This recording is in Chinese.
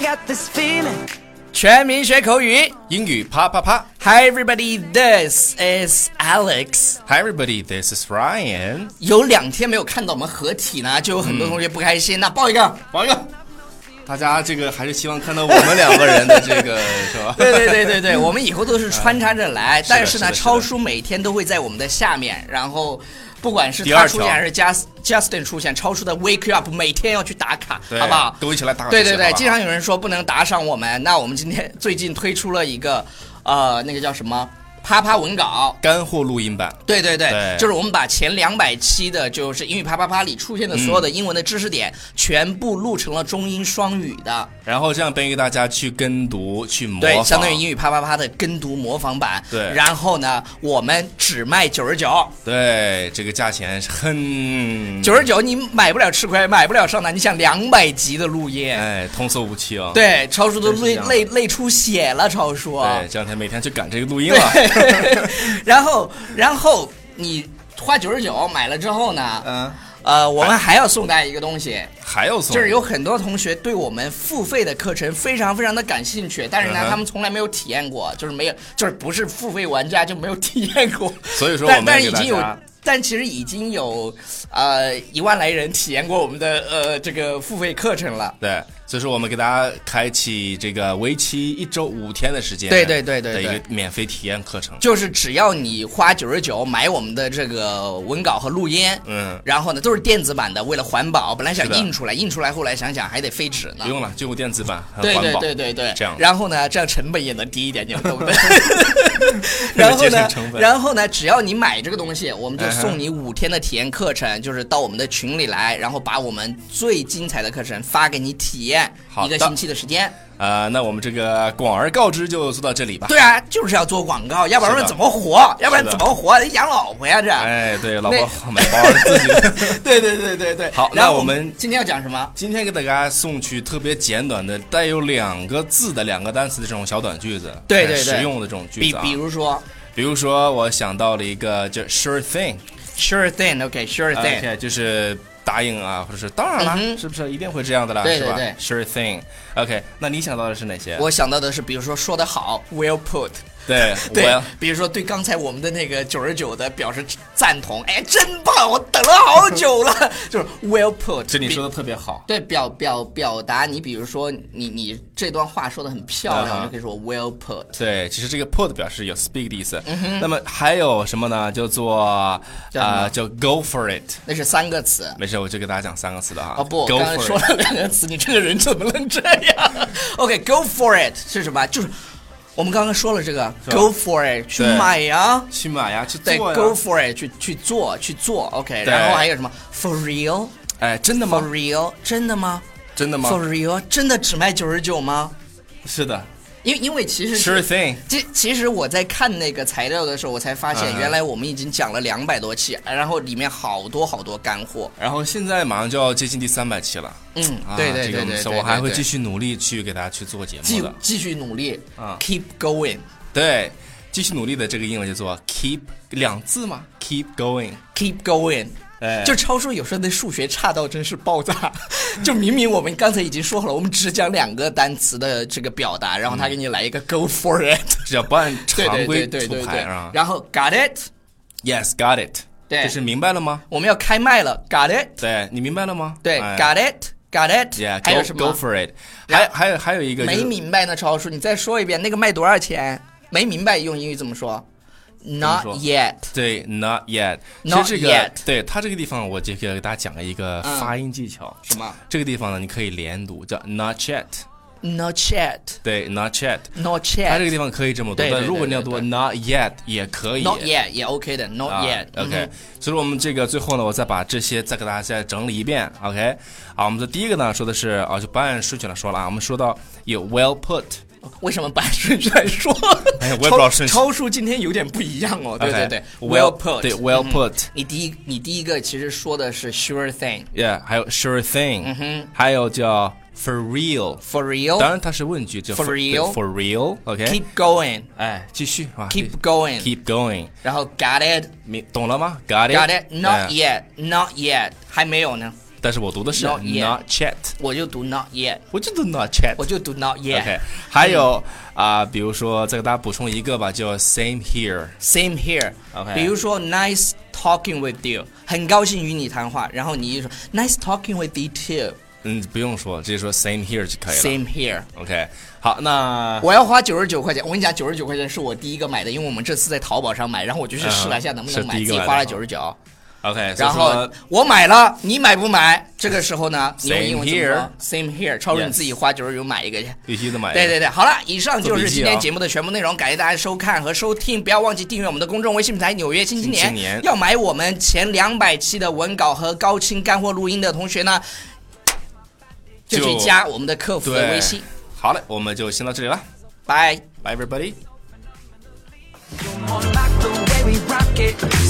got this feeling. 全民学口语英语啪啪啪。 ，Hi everybody, this is Alex。 Hi everybody, this is Ryan。有两天没有看到我们合体呢，就有很多同学不开心，那抱一个。王哥，大家这个还是希望看到我们两个人的这 个是吧？对对对对 对，我们以后都是穿插着来，但哎是是呢，的是的超叔每天都会在我们的下面，然后不管是第他二出条现还是 Just Justin 出现，超叔的 Wake You Up 每天要去打卡，对好不好？都一起来打卡对这对些对好，吧经常有人说不能打赏我们，那我们今天最近推出了一个呃，那个叫什么啪啪文稿，干货录音版，对对对，对就是我们把前两百期的，就是英语啪啪啪里出现的所有的嗯英文的知识点，全部录成了中英双语的，然后这样便于大家去跟读、去模对，仿，相当于英语啪啪啪的跟读模仿版。对嗯然后呢，我们只卖九十九，对这个价钱是很九十九你买不了吃亏，买不了上当。你想两百集的录音，哎通俗无欺啊。对，超叔都真是累这样累累出血了，超叔。对，这两天每天去赶这个录 音了。然后，然后你花九十九买了之后呢，嗯，呃，我们还要送大家一个东西。还有送就是有很多同学对我们付费的课程非常非常的感兴趣，但是呢嗯，哼他们从来没有体验过，就是没有，就是不是付费玩家就没有体验过。 所以说我们但但是给已大经有家，但其实已经有，呃，一万来人体验过我们的呃这个付费课程了。对，所以说我们给大家开启这个为期一周五天的时间，对对对对的对一个免费体验课程。就是只要你花九十九买我们的这个文稿和录音，嗯然后呢都是电子版的，为了环保，本来想是的印出来，印出来后来想想还得废纸呢不。用了，就用电子版，很对呃环对保。对对对，这样然后呢，这样成本也能低一点，你们 懂不懂？为然了后节呢省成，本然后呢，只要你买这个东西，我们就嗯哼送你五天的体验课程，就是到我们的群里来，然后把我们最精彩的课程发给你体验好一个的星期的时间。啊、那我们这个广而告之就做到这里吧。对啊，就是要做广告，要不是然的怎么活？要不是然的怎么活？得养老婆呀，这。哎，对，老婆买包儿自己的。啊 对对对对对。好然那后我我们今天要讲什么？今天给大家送去特别简短的、带有两个字的两个单词的这种小短句子，对对很对实用的这种句比子、啊。比，如说比如说我想到了一个叫 sure thing， ，sure thing，OK，sure o thing， k 就是答应啊，或者是当然啦，嗯哼是不是一定会这样的啦？对对对是吧？Sure thing。OK，那你想到的是哪些？我想到的是，比如说说得好，well put。对，我对要，比如说对刚才我们的那个九十九的表示赞同，哎，真棒，我等了好久了， 就是 well put。这你说比的特别好。对表表表达，你比如说你你这段话说的很漂嗯亮，你就可以说 well put。对，其实这个 put 表示有 speak 的意思。那么还有什么呢？叫做啊、嗯叫什么呃叫 go for it。那是三个词。没事，我就给大家讲三个词的哈。哦不，嗯 go 刚才 for 说 it。了两个词，你这个人怎么能这样 ？OK，go、for it 是什么？就是我们刚刚说了这个吧 go for it 去对买呀、去买呀，去做对呀。 ，go for it 去去做去做，OK，对然后还有什么 for real 哎，真的 for 吗？ real 真的吗？真的吗？ For real，真的只卖九十九吗？是的因为因为其实，sure 是 thing。其其实我在看那个材料的时候，我才发现嗯原来我们已经讲了两百多期，然后里面好多好多干货。然后现在马上就要接近第三百期了。嗯啊，对对这个对对对，我还会对继续努力去给大家去做节目继的。继续努力啊，keep going。对，继续努力的这个英文叫做 keep 两字嘛，keep going。 Keep going，哎就超叔有时候那数学差到真是爆炸， 就明明我们刚才已经说好了，我们只讲两个单词的这个表达，然后他给你来一个 go for it，只要不按对嗯常对对规对出对牌对啊，。然后 got it， Yes，got it。对就是明白了吗？我们要开麦了，got it，对你明白了吗？对哎，got it，got it， Yeah，还有 go 什 go 么？ for it。还还有还有一个就没是明白呢，超叔，你再说一遍，那个卖多少钱？没明白用英语怎么说？Not 说 yet。对，not yet。其 Not 实这 yet 个对它这个地方，我就给大家讲了一个嗯发音技巧。什么这个地方呢，你可以连读，叫 not yet。 ？Not yet。对，not yet。 Not 它这 yet。个地方可以这么读对，对但如果你要读对对 not yet 也可以。 Not yet 也 OK 的，Not 啊 yet。嗯 OK，所以我们这个最后呢，我再把这些再给大家再整理一遍。OK，啊，我们的第一个呢说的是啊，就不按顺序来说了啊，我们说到有 well put。为什么把顺序来说？哎呀我也不知道顺序超超叔今天有点不一样哦。对对 OK，对 well- put。对，well 嗯 put 你第一，你第一个其实说的是 sure thing Yeah，还有 sure thing，、嗯哼还有叫 for real， for real。当然它是问句，叫 For real for real，OK，、 Keep going。哎，继续啊 Keep going。 keep going，然后 got it。你懂了吗？Got it， Got it? Not 哎 yet, not yet，还没有呢。但是我读的是 Not yet not chat，我就读 not yet，我就读 not chat 我。就读 not OK， yet。还有啊、比如说再给大家补充一个吧，叫 same here。 Same here。 OK 比如说 nice talking with you，很高兴与你谈话，然后你一说 nice talking with you too。嗯，不用说，直接说 same here 就可以了。 Same here。 OK，好，那我要花九十九块钱，我跟你讲，九十九块钱是我第一个买的，因为我们这次在淘宝上买，然后我就去试了一下嗯能不能买，是第一自个己买的花了九十九， OK，所以然后说我买了，你买不买？这个时候呢，你用 Same 英文怎么说？Same here，超叔 Yes 你自己花九十九买一个去。必须得买一个。对对对，好了，以上就哎做是笔记今天啊节目的全部内容，感谢大家收看和收听，不要忘记订阅我们的公众微信平台《纽约新青年》新青年要买我们前两百期的文稿和高清干货录音的同学呢，就去就加我们的客服的对微信。好嘞，我们就先到这里了拜。 ，Bye everybody。 Unlock the way we rock it.